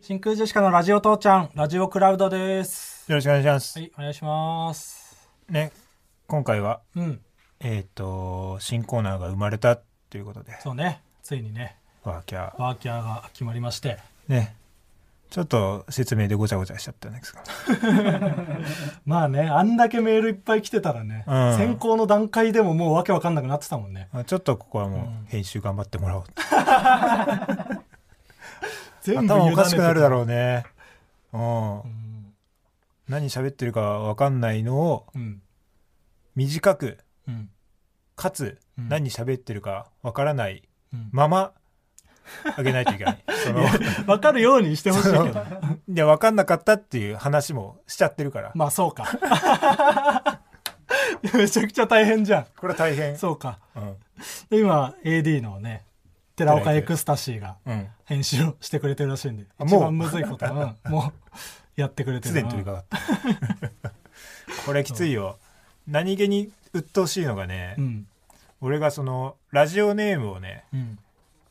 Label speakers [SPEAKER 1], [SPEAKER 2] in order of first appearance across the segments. [SPEAKER 1] 真空ジェシカのラジオ父ちゃん、ラジオクラウドです。
[SPEAKER 2] よろしくお願いします。
[SPEAKER 1] はい、お願いします。
[SPEAKER 2] ね、今回は、
[SPEAKER 1] うん、
[SPEAKER 2] えっ、と、新コーナーが生まれたということで、
[SPEAKER 1] そうね。ついにね、
[SPEAKER 2] ワーキャー。
[SPEAKER 1] ワーキャーが決まりまして、
[SPEAKER 2] ね、ちょっと説明でごちゃごちゃしちゃったんです が、
[SPEAKER 1] まあね、あんだけメールいっぱい来てたらね、
[SPEAKER 2] うん
[SPEAKER 1] 選考の段階でももうわけわかんなくなってたもんね。
[SPEAKER 2] まあちょっとここはもう編集頑張ってもらおう。
[SPEAKER 1] 全
[SPEAKER 2] 頭おかしくなるだ
[SPEAKER 1] ろ
[SPEAKER 2] ろうね。う
[SPEAKER 1] う
[SPEAKER 2] ん。
[SPEAKER 1] ん。
[SPEAKER 2] 何喋ってるかわかんないのを
[SPEAKER 1] うん。
[SPEAKER 2] 短く、
[SPEAKER 1] うん。
[SPEAKER 2] かつ
[SPEAKER 1] うん
[SPEAKER 2] 何喋ってるかわからない
[SPEAKER 1] うん
[SPEAKER 2] まま、あげないといけ ない。その、
[SPEAKER 1] わかるようにしてほしいけ ど。
[SPEAKER 2] で、わかんなかったっていう話もしちゃってるから。
[SPEAKER 1] まあそうか。 めちゃくちゃ大変じゃ
[SPEAKER 2] これは大変。
[SPEAKER 1] ん。そうか。
[SPEAKER 2] うん。
[SPEAKER 1] で今、AD のね、寺岡エクスタシーが、
[SPEAKER 2] うん。
[SPEAKER 1] 編集をしてくれてるらしいんで
[SPEAKER 2] あ
[SPEAKER 1] 一
[SPEAKER 2] もう
[SPEAKER 1] 番むずいこと は、うんもうやってくれてる
[SPEAKER 2] すでに取り掛かった。 これきついよ。何気に鬱陶しいのがね、
[SPEAKER 1] うん
[SPEAKER 2] 俺がその、ラジオネームをね、
[SPEAKER 1] うん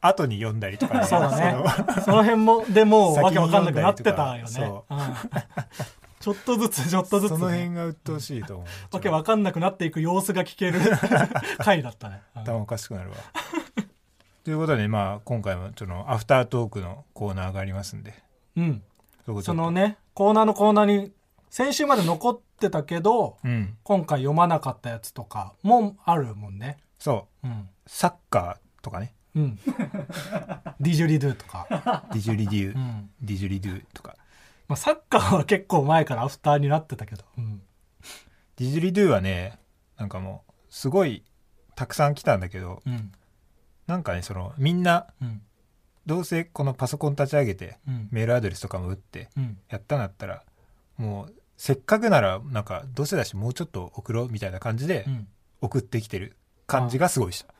[SPEAKER 2] 後に読んだりとか ね。
[SPEAKER 1] そうだ
[SPEAKER 2] その
[SPEAKER 1] ねその辺もでもうわ
[SPEAKER 2] 先
[SPEAKER 1] け
[SPEAKER 2] に
[SPEAKER 1] わかんな
[SPEAKER 2] 読
[SPEAKER 1] んく
[SPEAKER 2] だ
[SPEAKER 1] なっ
[SPEAKER 2] りと
[SPEAKER 1] て
[SPEAKER 2] か
[SPEAKER 1] たよねうん ちょっとずつちょっとずつ
[SPEAKER 2] その辺
[SPEAKER 1] ね
[SPEAKER 2] が鬱陶しいと思う。
[SPEAKER 1] わけわかんなくなっていく様子が聞け る回だったねうん
[SPEAKER 2] 頭おかしくなるわ。ということで、まあ、今回もその、アフタートークのコーナーがありますんで、
[SPEAKER 1] うん
[SPEAKER 2] そこちょ
[SPEAKER 1] そ
[SPEAKER 2] っと
[SPEAKER 1] のねコーナーのコーナーに先週まで残ってたけど
[SPEAKER 2] うん。
[SPEAKER 1] 今回読まなかったやつとかもあるもんね
[SPEAKER 2] そう。
[SPEAKER 1] うん
[SPEAKER 2] サッカーとかね。
[SPEAKER 1] うん ディジュリドゥとか
[SPEAKER 2] ディジュリデュー、
[SPEAKER 1] うん
[SPEAKER 2] ディジュリデューとか。
[SPEAKER 1] まあ、サッカーは結構前からアフターになってたけど、うん、
[SPEAKER 2] ディジュリドゥはね、なんかもう、すごい、たくさん来たんだけど、
[SPEAKER 1] うん、
[SPEAKER 2] なんかね、その、みんな、
[SPEAKER 1] うん、
[SPEAKER 2] どうせこのパソコン立ち上げて、
[SPEAKER 1] うん、
[SPEAKER 2] メールアドレスとかも打って、
[SPEAKER 1] うん、
[SPEAKER 2] やったんだったら、もう、せっかくなら、なんか、どうせだし、もうちょっと送ろう、みたいな感じで
[SPEAKER 1] う、ん。
[SPEAKER 2] 送ってきてる感じがすごいした。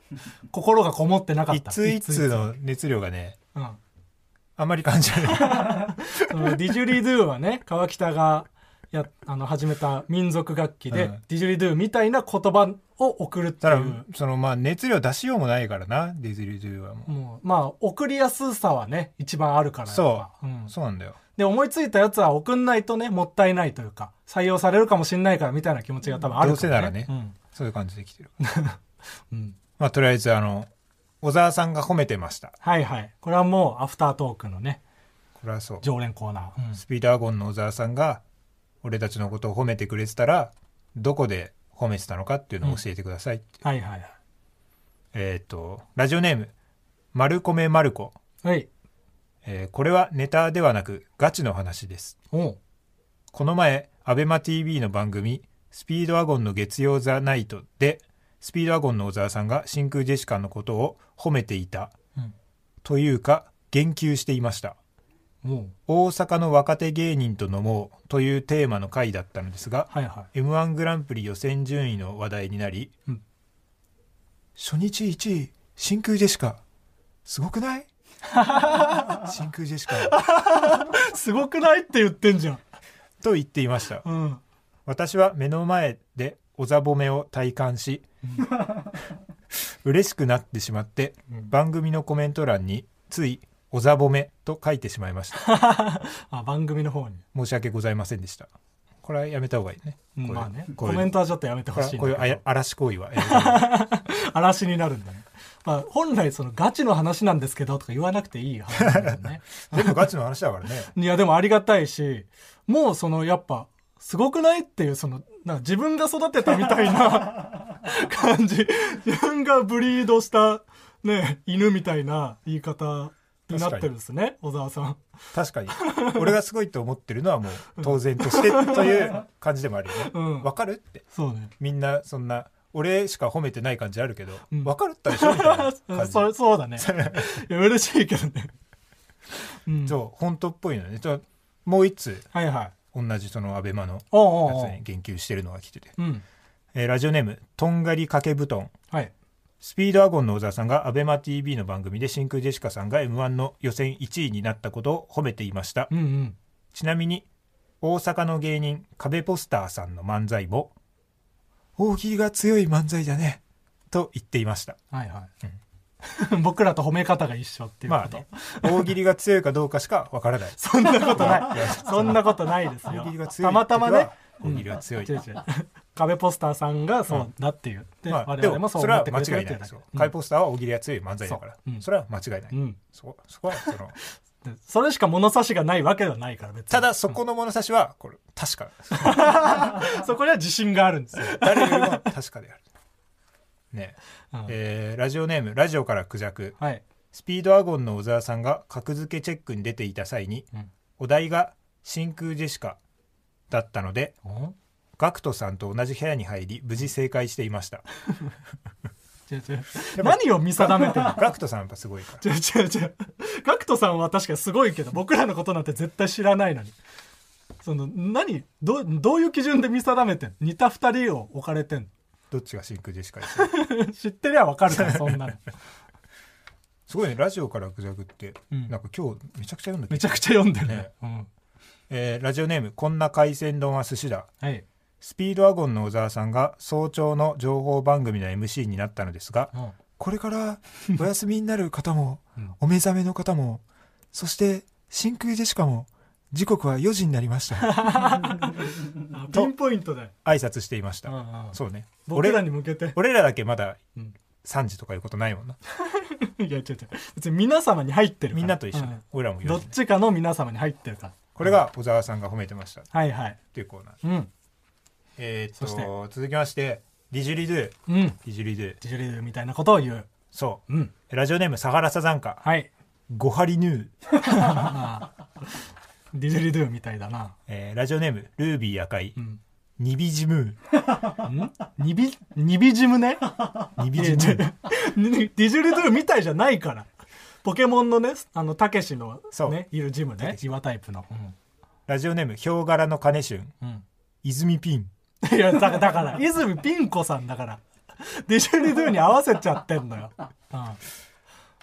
[SPEAKER 1] 心がこもってなかっ
[SPEAKER 2] 一
[SPEAKER 1] た。
[SPEAKER 2] 通一通の熱量がね、
[SPEAKER 1] うん。
[SPEAKER 2] あんまり感じ ない。
[SPEAKER 1] そのディジュリドゥは ね、川北がやあの始めた民族楽器で、
[SPEAKER 2] うん
[SPEAKER 1] ディジュリドゥみたいな言葉を送るって
[SPEAKER 2] た
[SPEAKER 1] い
[SPEAKER 2] だ
[SPEAKER 1] う、、
[SPEAKER 2] その、まあ、熱量出しようもないからな、ディジュリドゥはも
[SPEAKER 1] もう、まあ、送りやすさはね、一番あるから。
[SPEAKER 2] そう
[SPEAKER 1] うん
[SPEAKER 2] う。。そうなんだよ。
[SPEAKER 1] で、思いついたやつは送んないとね、もったいないというか、採用されるかもしんないからみたいな気持ちが多分あるから、
[SPEAKER 2] どうせならそういう感じで来てる。
[SPEAKER 1] うん。うん。
[SPEAKER 2] まあ、とりあえず、あの、小沢さんが褒めてました。
[SPEAKER 1] はいはい。これはもう、アフタートークのね、
[SPEAKER 2] これはそう。
[SPEAKER 1] 常連コーナー。うん
[SPEAKER 2] スピードワゴンの小沢さんが、俺たちのことを褒めてくれてたら、どこで褒めてたのかっていうのを教えてくださいって。
[SPEAKER 1] はいはいはい。
[SPEAKER 2] えっ、と、ラジオネーム、マルコメマルコ。
[SPEAKER 1] はい。
[SPEAKER 2] えーこれはネタではなく、ガチの話です。
[SPEAKER 1] おう
[SPEAKER 2] この前、アベマ t v の番組、スピードワゴンの月曜ザナイトで、スピードワゴンの小沢さんが真空ジェシカのことを褒めていた、
[SPEAKER 1] うん
[SPEAKER 2] というか、言及していました。
[SPEAKER 1] おう
[SPEAKER 2] 大阪の若手芸人と飲もうというテーマの回だったのですが、
[SPEAKER 1] はいはい。
[SPEAKER 2] m 1グランプリ予選順位の話題になり、
[SPEAKER 1] うん
[SPEAKER 2] 初日1位真空ジェシカすご くない真空ジェシカ
[SPEAKER 1] すごくないって言ってんじゃん。
[SPEAKER 2] と言っていました
[SPEAKER 1] うん。
[SPEAKER 2] 私は目の前でおざ褒めを体感し嬉しくなってしまって
[SPEAKER 1] うん
[SPEAKER 2] 番組のコメント欄につい「おざ褒め」と書いてしまいました
[SPEAKER 1] あ、番組の方に。
[SPEAKER 2] 申し訳ございませんでしたこれはやめた方がいいね
[SPEAKER 1] うん
[SPEAKER 2] こういう
[SPEAKER 1] まあね。コ
[SPEAKER 2] こういう
[SPEAKER 1] メントはちょっとやめて
[SPEAKER 2] こ
[SPEAKER 1] ほ
[SPEAKER 2] れ
[SPEAKER 1] しい
[SPEAKER 2] は
[SPEAKER 1] ん
[SPEAKER 2] こ
[SPEAKER 1] だけ
[SPEAKER 2] うい
[SPEAKER 1] ど
[SPEAKER 2] うあや嵐行為は
[SPEAKER 1] 嵐になるんだね。まあ、本来そのガチの話なんですけどとか言わなくていい話なんだよ ね。
[SPEAKER 2] 全部ガチの話だからね
[SPEAKER 1] いや、でもありがたいし、もうそのやっぱ、すごくないっていう、その、なんか自分が育てたみたいな 感じ。自分がブリードした、ね、犬みたいな言い方になってるんですね、小沢さん。
[SPEAKER 2] 確かに俺がすごいと思ってるのはもう当然としてという感じでもあるよね
[SPEAKER 1] う
[SPEAKER 2] わ、
[SPEAKER 1] ん
[SPEAKER 2] かるって
[SPEAKER 1] そう ね。
[SPEAKER 2] みんなそんな俺しか褒めてない感じあるけどわ、
[SPEAKER 1] うん
[SPEAKER 2] かるったでしょみたいな感 じ
[SPEAKER 1] そそうだね。いや嬉しいけどね。うん。
[SPEAKER 2] そう本当っぽいのねちょもう一つ
[SPEAKER 1] はいはい。
[SPEAKER 2] 同じそのアベマの
[SPEAKER 1] おうおうお
[SPEAKER 2] や
[SPEAKER 1] う
[SPEAKER 2] つに言及してるのが来てて、
[SPEAKER 1] うん。
[SPEAKER 2] えーラジオネームとんがりかけ布団
[SPEAKER 1] はい。
[SPEAKER 2] スピードワゴンの小沢さんがアベマ t v の番組で真空ジェシカさんが m 1の予選1位になったことを褒めていました
[SPEAKER 1] うんうん。
[SPEAKER 2] ちなみに大阪の芸人壁ポスターさんの漫才も「大喜利が強い漫才だね」と言っていました
[SPEAKER 1] はいはい。 僕らと褒め方が一緒っていう
[SPEAKER 2] ま
[SPEAKER 1] こ
[SPEAKER 2] あ
[SPEAKER 1] と、
[SPEAKER 2] ね、大喜利が強いかどうかしかわからない。
[SPEAKER 1] そんなことないそんなことないです
[SPEAKER 2] 大
[SPEAKER 1] よ
[SPEAKER 2] 喜利が強
[SPEAKER 1] た
[SPEAKER 2] い
[SPEAKER 1] またまね
[SPEAKER 2] 時は大喜利は強い。
[SPEAKER 1] 違う違う壁ポスターさんがそうだっていう、で
[SPEAKER 2] まあ、
[SPEAKER 1] 我
[SPEAKER 2] で
[SPEAKER 1] 々
[SPEAKER 2] も
[SPEAKER 1] もそう
[SPEAKER 2] それ
[SPEAKER 1] 思っ
[SPEAKER 2] は
[SPEAKER 1] て
[SPEAKER 2] 間
[SPEAKER 1] くれてる
[SPEAKER 2] 違い
[SPEAKER 1] って
[SPEAKER 2] な
[SPEAKER 1] うだ
[SPEAKER 2] いい。そ
[SPEAKER 1] け
[SPEAKER 2] うカイポスターは大喜利が強い漫才だから
[SPEAKER 1] そううん
[SPEAKER 2] それは間違いな
[SPEAKER 1] う
[SPEAKER 2] い。
[SPEAKER 1] ん
[SPEAKER 2] そこそこはその
[SPEAKER 1] でそれしか物差しがないわけではないから別に
[SPEAKER 2] ただそこの物差しはこれ確か
[SPEAKER 1] そこには自信があるんですよ、
[SPEAKER 2] 誰よりも確かである。ね
[SPEAKER 1] うん
[SPEAKER 2] えーラジオネームラジオからクジャク
[SPEAKER 1] はい
[SPEAKER 2] スピードワゴンの小沢さんが格付けチェックに出ていた際に、
[SPEAKER 1] うん
[SPEAKER 2] お題が真空ジェシカだったのでガクトさんと同じ部屋に入り無事正解していました
[SPEAKER 1] 違う違う何を見定めてるの
[SPEAKER 2] ガクトさんやっぱすごいか
[SPEAKER 1] 違
[SPEAKER 2] ら
[SPEAKER 1] う違う違う。ガクトさんは確かにすごいけど、僕らのことなんて絶対知らないのに。その、何どう、どういう基準で見定めてんの似た二人を置かれてん
[SPEAKER 2] どっちが真空ジェシカですか
[SPEAKER 1] の知ってりゃわかる から、そんなの。
[SPEAKER 2] すごいねラジオからクジャクって、
[SPEAKER 1] うん
[SPEAKER 2] なんか今日めちゃくちゃ読んだけ
[SPEAKER 1] め
[SPEAKER 2] ど、
[SPEAKER 1] ちゃくちゃ読んでるね。
[SPEAKER 2] ね
[SPEAKER 1] うん。
[SPEAKER 2] えーラジオネームこんな海鮮丼は寿司だ
[SPEAKER 1] はい。
[SPEAKER 2] スピードワゴンの小沢さんが早朝の情報番組の MC になったのですが、
[SPEAKER 1] うん
[SPEAKER 2] これからお休みになる方も、
[SPEAKER 1] うん
[SPEAKER 2] お目覚めの方も、そして真空ジェシカも、時刻は4時になりま した。
[SPEAKER 1] あピンポイントで。
[SPEAKER 2] 挨拶していました。
[SPEAKER 1] うんうん
[SPEAKER 2] そうね。
[SPEAKER 1] 僕
[SPEAKER 2] 俺
[SPEAKER 1] ら
[SPEAKER 2] ら
[SPEAKER 1] に向けて。
[SPEAKER 2] 俺らだけまだ
[SPEAKER 1] うん
[SPEAKER 2] 3時とかいうことないもんな。
[SPEAKER 1] いや、違う違う。別に皆様に入ってるから。
[SPEAKER 2] みんなと一緒ね。
[SPEAKER 1] うん
[SPEAKER 2] 俺らも4時
[SPEAKER 1] ど
[SPEAKER 2] ね、
[SPEAKER 1] っちかの皆様に入ってるから。
[SPEAKER 2] これが小沢さんが褒めてました。っ
[SPEAKER 1] はいはい。
[SPEAKER 2] ていうコーナー。
[SPEAKER 1] うん。
[SPEAKER 2] えーっ
[SPEAKER 1] そして
[SPEAKER 2] と、続きまして、ディジュリドゥ。
[SPEAKER 1] うん。デ
[SPEAKER 2] ディジュリドゥ。
[SPEAKER 1] ィジュリーみたいなことを言う。
[SPEAKER 2] そ
[SPEAKER 1] うん。
[SPEAKER 2] う。ラジオネーム、サハラサザンカ。
[SPEAKER 1] はい。
[SPEAKER 2] ゴハリヌー。
[SPEAKER 1] ディジュリドゥみたいだな。
[SPEAKER 2] えーラジオネーム、ルービー赤い。
[SPEAKER 1] うん。
[SPEAKER 2] ニビジム
[SPEAKER 1] んニビ、ニビジムね。
[SPEAKER 2] ー。ニビ
[SPEAKER 1] いや
[SPEAKER 2] ジム
[SPEAKER 1] いや
[SPEAKER 2] ー。
[SPEAKER 1] ディジュリドゥみたいじゃないから。ポケモンのね、あの、たけしの
[SPEAKER 2] そう、
[SPEAKER 1] ね、いるジム
[SPEAKER 2] た
[SPEAKER 1] ね
[SPEAKER 2] け。し
[SPEAKER 1] 岩タイプの。
[SPEAKER 2] ラジオネーム、ヒョウ柄の金春。
[SPEAKER 1] うん。
[SPEAKER 2] 泉ピン。
[SPEAKER 1] いや、だから、だから、泉ピン子さんだから。ディジュリドゥに合わせちゃってんのよ。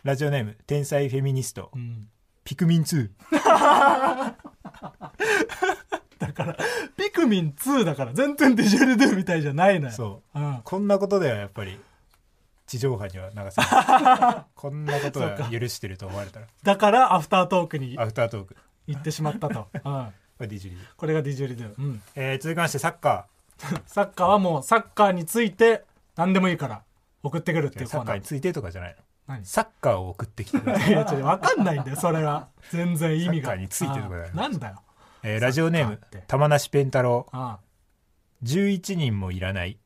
[SPEAKER 2] ラジオネーム、天才フェミニスト
[SPEAKER 1] う。ん。
[SPEAKER 2] ピクミン2。
[SPEAKER 1] だから、ピクミン2だから、全然ディジュリドゥみたいじゃないのよ。。
[SPEAKER 2] そう
[SPEAKER 1] うん。
[SPEAKER 2] こんなことではやっぱり、地上波には流せない。 こんなことは許してると思われたら。
[SPEAKER 1] だから、アフタートークに
[SPEAKER 2] アフタートーク。こ
[SPEAKER 1] 行ってしまったと。うん。
[SPEAKER 2] れディジュリー。
[SPEAKER 1] これがディジュリドゥ。うん。
[SPEAKER 2] えー続きまして、サッカ
[SPEAKER 1] サッカーはもうサッカーについて何でもいいから送ってくるってい
[SPEAKER 2] ー。
[SPEAKER 1] う
[SPEAKER 2] サ
[SPEAKER 1] コー
[SPEAKER 2] ッカ
[SPEAKER 1] ナ
[SPEAKER 2] ー
[SPEAKER 1] ー
[SPEAKER 2] に。ついてとかじゃないの。
[SPEAKER 1] 何
[SPEAKER 2] サッカーを送ってき てください
[SPEAKER 1] いや、ちょっとわかんないんだよ、それは。全然意味が。
[SPEAKER 2] サッカーについてとかだよ
[SPEAKER 1] ああなんだよ。
[SPEAKER 2] えーラジオネー
[SPEAKER 1] サッ
[SPEAKER 2] ム
[SPEAKER 1] カーって、
[SPEAKER 2] 玉梨ペン太郎。
[SPEAKER 1] あ
[SPEAKER 2] 11人もいらない。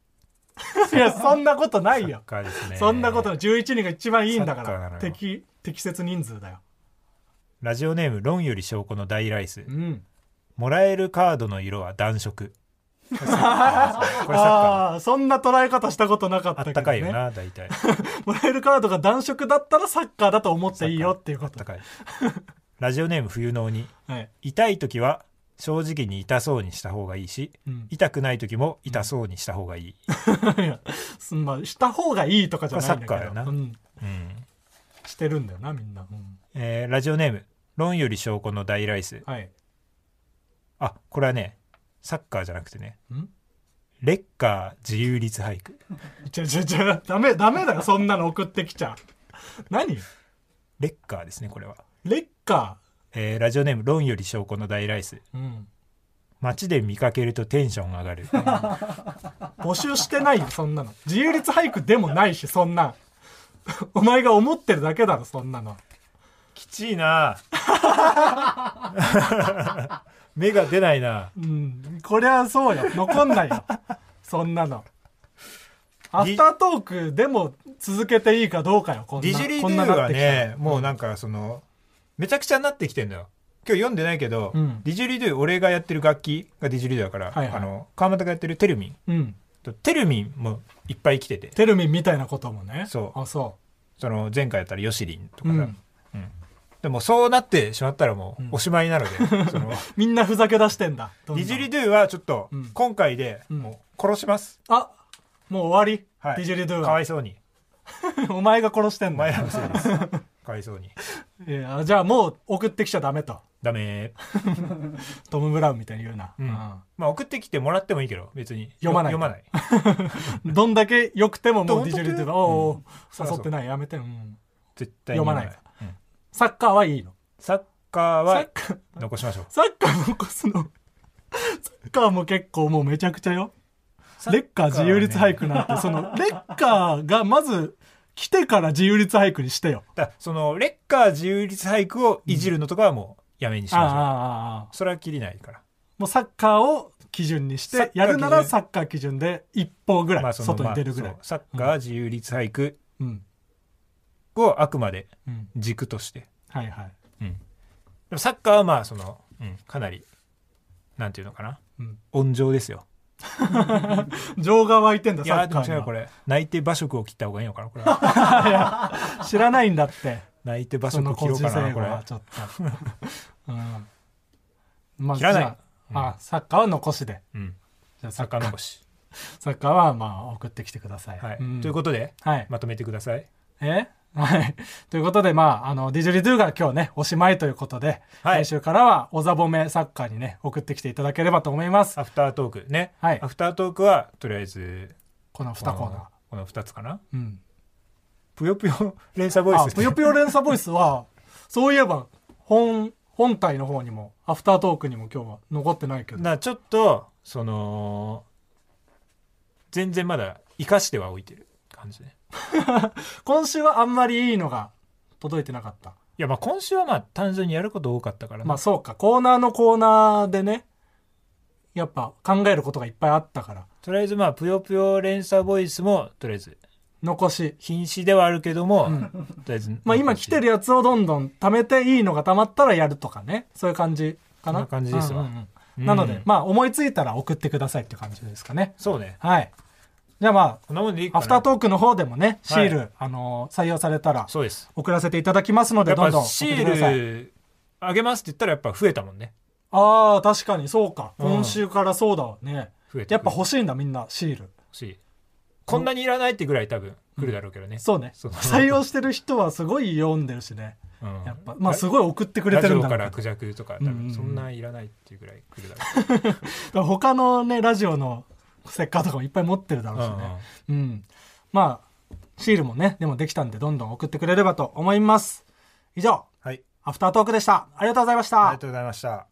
[SPEAKER 1] あいや、そんなことな
[SPEAKER 2] サ
[SPEAKER 1] い
[SPEAKER 2] ッ
[SPEAKER 1] よ。
[SPEAKER 2] カーですね。
[SPEAKER 1] そんなことない。11人が一番いいんだか
[SPEAKER 2] サッカーなの
[SPEAKER 1] ら。
[SPEAKER 2] よ
[SPEAKER 1] 適、適切人数だよ。
[SPEAKER 2] ラジオネーム、論より証拠の大ライス
[SPEAKER 1] う。ん。
[SPEAKER 2] もらえるカードの色は 暖色。これサッカーこれサッカー。
[SPEAKER 1] ああ、そんな捉え方したことなかった
[SPEAKER 2] あ
[SPEAKER 1] けど、ね。
[SPEAKER 2] ったかいよ。な、大体。
[SPEAKER 1] もらえるカードが暖色だったらサッカーだと思っていいよっていうこ
[SPEAKER 2] あった
[SPEAKER 1] と。
[SPEAKER 2] かい。ラジオネーム冬の鬼。
[SPEAKER 1] はい。
[SPEAKER 2] 痛い時は正直に痛そうにした方がいいし、
[SPEAKER 1] うん
[SPEAKER 2] 痛くない時も痛そうにした方がいい。
[SPEAKER 1] いや、すまあ、した方がいいとかじゃないんだけど。
[SPEAKER 2] これサッカーやな
[SPEAKER 1] うん。
[SPEAKER 2] うん
[SPEAKER 1] してるんだよな、みんな。うん
[SPEAKER 2] えーラジオネーム、論より証拠の大ライス。
[SPEAKER 1] はい。
[SPEAKER 2] あ、これはね、サッカーじゃなくてね、
[SPEAKER 1] ん
[SPEAKER 2] レッカー自由律俳句。
[SPEAKER 1] ちょちょちょ、ダメ、ダメだよ、そんなの送ってきちゃ。何
[SPEAKER 2] レッカーですね、これは。
[SPEAKER 1] レッカ
[SPEAKER 2] えーラジオネーム、論より証拠の大ライス。
[SPEAKER 1] ー。うん。
[SPEAKER 2] 街で見かけるとテンション上がる。
[SPEAKER 1] 募集してないよ、そんなの。自由律俳句でもないし、そんなん。お前が思ってるだけだろ、そんなの。
[SPEAKER 2] きちいな 目が出ないな
[SPEAKER 1] うん。こりゃそうよ。残んないよ。そんなの。アフタートークでも続けていいかどうかよ、こんな。
[SPEAKER 2] ディジュリー
[SPEAKER 1] こ
[SPEAKER 2] ド
[SPEAKER 1] んな
[SPEAKER 2] ゥ
[SPEAKER 1] なっ
[SPEAKER 2] が
[SPEAKER 1] てきた
[SPEAKER 2] ねもうなんかそのめちゃくちゃになってきてんだよ今日読んでないけど、
[SPEAKER 1] うん
[SPEAKER 2] ディジュリドゥ俺がやってる楽器がディジュリドゥだから、
[SPEAKER 1] はいはい
[SPEAKER 2] あの川又がやってるテルミン
[SPEAKER 1] ら。うん。
[SPEAKER 2] とテルミンもいっぱい来てて
[SPEAKER 1] テルミンみたいなこともね。
[SPEAKER 2] そう
[SPEAKER 1] あ、そ
[SPEAKER 2] その前回やったらヨシリン
[SPEAKER 1] う。
[SPEAKER 2] とか
[SPEAKER 1] う
[SPEAKER 2] さ、
[SPEAKER 1] ん。
[SPEAKER 2] でもそうなってしまったらもうおしまいなので、 その
[SPEAKER 1] みんなふざけ出してんだ。
[SPEAKER 2] デ
[SPEAKER 1] どんどん
[SPEAKER 2] ィジュリドゥはちょっと
[SPEAKER 1] うん
[SPEAKER 2] 今回でもう殺します、
[SPEAKER 1] あ、もう終わり。
[SPEAKER 2] はい
[SPEAKER 1] ディジュリドゥ
[SPEAKER 2] かわ
[SPEAKER 1] は。
[SPEAKER 2] いそうに
[SPEAKER 1] お前が殺してんだ
[SPEAKER 2] お 前。らのせいですかわいそうに
[SPEAKER 1] いやじゃあもう送ってきちゃダメと
[SPEAKER 2] ダメ
[SPEAKER 1] トム・ブラウンみたいに言うな、
[SPEAKER 2] うんまあ送ってきてもらってもいいけど別に
[SPEAKER 1] 読まない
[SPEAKER 2] 読まない
[SPEAKER 1] うんどんだけ良くてももう
[SPEAKER 2] どん
[SPEAKER 1] デ
[SPEAKER 2] だ
[SPEAKER 1] ィ
[SPEAKER 2] け
[SPEAKER 1] ジェルってばおうおう
[SPEAKER 2] そう
[SPEAKER 1] 誘
[SPEAKER 2] そう
[SPEAKER 1] ってないやめて、うん
[SPEAKER 2] 絶対に
[SPEAKER 1] 読
[SPEAKER 2] うん
[SPEAKER 1] サッカーはいいの
[SPEAKER 2] サッカー
[SPEAKER 1] サッ
[SPEAKER 2] は
[SPEAKER 1] カー
[SPEAKER 2] 残しましょう
[SPEAKER 1] サッカー残すのサッカーも結構もうめちゃくちゃよレッカー自由律俳句なんて、そ の、レッカーがまず来てから自由律俳句にしてよ。
[SPEAKER 2] だそのレッカー自由律俳句をいじるのとかはもうやめにし
[SPEAKER 1] ああ、あ
[SPEAKER 2] ましょう
[SPEAKER 1] あ、ああ。
[SPEAKER 2] それはきりないから
[SPEAKER 1] もうサッカーを基準にし
[SPEAKER 2] サッ
[SPEAKER 1] て
[SPEAKER 2] カ、ー
[SPEAKER 1] やるなら
[SPEAKER 2] 基準
[SPEAKER 1] サッカー基準で一歩ぐらい、
[SPEAKER 2] その
[SPEAKER 1] 外に出るぐらい
[SPEAKER 2] まあ。そうサッカー自由律俳句
[SPEAKER 1] うん。
[SPEAKER 2] をあくまで
[SPEAKER 1] うん。
[SPEAKER 2] 軸として、
[SPEAKER 1] はいはい。
[SPEAKER 2] でもサッカーはまあその、うんかなりなんていうのかな
[SPEAKER 1] うん。
[SPEAKER 2] 温情ですよ
[SPEAKER 1] 情が湧いてんだ、
[SPEAKER 2] い
[SPEAKER 1] サ
[SPEAKER 2] やー
[SPEAKER 1] ッ
[SPEAKER 2] で
[SPEAKER 1] カ
[SPEAKER 2] も違
[SPEAKER 1] ー
[SPEAKER 2] う
[SPEAKER 1] に
[SPEAKER 2] こ
[SPEAKER 1] は。
[SPEAKER 2] れ泣いて馬食を切った方がいいのかなこれ は
[SPEAKER 1] 知らないんだって。
[SPEAKER 2] 泣いて馬
[SPEAKER 1] そ
[SPEAKER 2] 食
[SPEAKER 1] の
[SPEAKER 2] 切
[SPEAKER 1] 個
[SPEAKER 2] ろう
[SPEAKER 1] 人
[SPEAKER 2] か
[SPEAKER 1] 生
[SPEAKER 2] なこれ
[SPEAKER 1] はちょっ と。うん。まあ、
[SPEAKER 2] 切らない
[SPEAKER 1] じゃあ、あサッカーは残しで。
[SPEAKER 2] うん
[SPEAKER 1] じゃあサッカ
[SPEAKER 2] 坂
[SPEAKER 1] ー
[SPEAKER 2] 残し、
[SPEAKER 1] サッカーはまあ送ってきてください。
[SPEAKER 2] はい
[SPEAKER 1] ん
[SPEAKER 2] ということで
[SPEAKER 1] はい。
[SPEAKER 2] まとめてください
[SPEAKER 1] え はい。ということで、まあ、あの、ディジュリドゥが今日ね、おしまいということで、
[SPEAKER 2] はい
[SPEAKER 1] 来週からは、おざぼめサッカーにね、送ってきていただければと思います。
[SPEAKER 2] アフタートークね、
[SPEAKER 1] はい
[SPEAKER 2] アフタートークはとりあえず
[SPEAKER 1] この2コー
[SPEAKER 2] こ
[SPEAKER 1] ナー
[SPEAKER 2] の。この2つかな
[SPEAKER 1] うん。
[SPEAKER 2] ぷよぷよ 連鎖ボイ
[SPEAKER 1] あ、
[SPEAKER 2] ス
[SPEAKER 1] ぷよぷよ連鎖ボイスは、そういえば、本、本体の方にも、アフタートークにも今日は残ってないけど。
[SPEAKER 2] なちょっとその全然まだ生かしてはおいてる感じね
[SPEAKER 1] 今週はあんまりいいのが届いてなかった。
[SPEAKER 2] いやまあ今週はまあ単純にやること多かったからね、
[SPEAKER 1] まあそうか、コーナーのコーナーでね、やっぱ考えることがいっぱいあったから、
[SPEAKER 2] とりあえずまあぷよぷよ連鎖ボイスもとりあえず
[SPEAKER 1] 残し。
[SPEAKER 2] 瀕死ではあるけども、とりあえず
[SPEAKER 1] まあ今来て
[SPEAKER 2] る
[SPEAKER 1] るやつをどんどん貯めていいのが貯まったらやるとかね。そういう感じか
[SPEAKER 2] そん
[SPEAKER 1] な。
[SPEAKER 2] な感じですわ
[SPEAKER 1] うんうんうん
[SPEAKER 2] うん
[SPEAKER 1] なので、まあ思いついたら送ってくださいっていう感じですかね。
[SPEAKER 2] そうね
[SPEAKER 1] はい。じゃあま
[SPEAKER 2] こんなもんでいい
[SPEAKER 1] あ、
[SPEAKER 2] かな
[SPEAKER 1] アフタートークの方でもね、シール、
[SPEAKER 2] は
[SPEAKER 1] あのー採用されたら
[SPEAKER 2] そうです
[SPEAKER 1] 送らせていただきますの
[SPEAKER 2] や
[SPEAKER 1] で、
[SPEAKER 2] っ
[SPEAKER 1] どんど
[SPEAKER 2] ぱ
[SPEAKER 1] ん
[SPEAKER 2] シ
[SPEAKER 1] 送ってください。
[SPEAKER 2] ールあげますって言ったらやっぱ増えたもんね
[SPEAKER 1] ああ、確かにそうか。
[SPEAKER 2] うん
[SPEAKER 1] 今週からそうだわね。
[SPEAKER 2] 増えて
[SPEAKER 1] やっぱ欲しいんだ、みんな、シール。
[SPEAKER 2] しこんなにいらないってぐらい多分来るだろうけどね、
[SPEAKER 1] そうね。
[SPEAKER 2] そう
[SPEAKER 1] 採用してる人はすごい読んでるしね。
[SPEAKER 2] うん
[SPEAKER 1] やっぱ、まあすごい送ってくれてるんだ
[SPEAKER 2] ラジ
[SPEAKER 1] ろう
[SPEAKER 2] オから
[SPEAKER 1] けど
[SPEAKER 2] クジャクとか多
[SPEAKER 1] うんうんう
[SPEAKER 2] 分
[SPEAKER 1] ん
[SPEAKER 2] そんないらないっていうぐらい来るだろ
[SPEAKER 1] だから他のねラジオのステッカーとかもいっぱい持ってるだろうし
[SPEAKER 2] う
[SPEAKER 1] ねうん、まあシールもねでもできたんでどんどん送ってくれればと思います以上
[SPEAKER 2] はい
[SPEAKER 1] アフタートークでしたありがとうございました
[SPEAKER 2] とうございました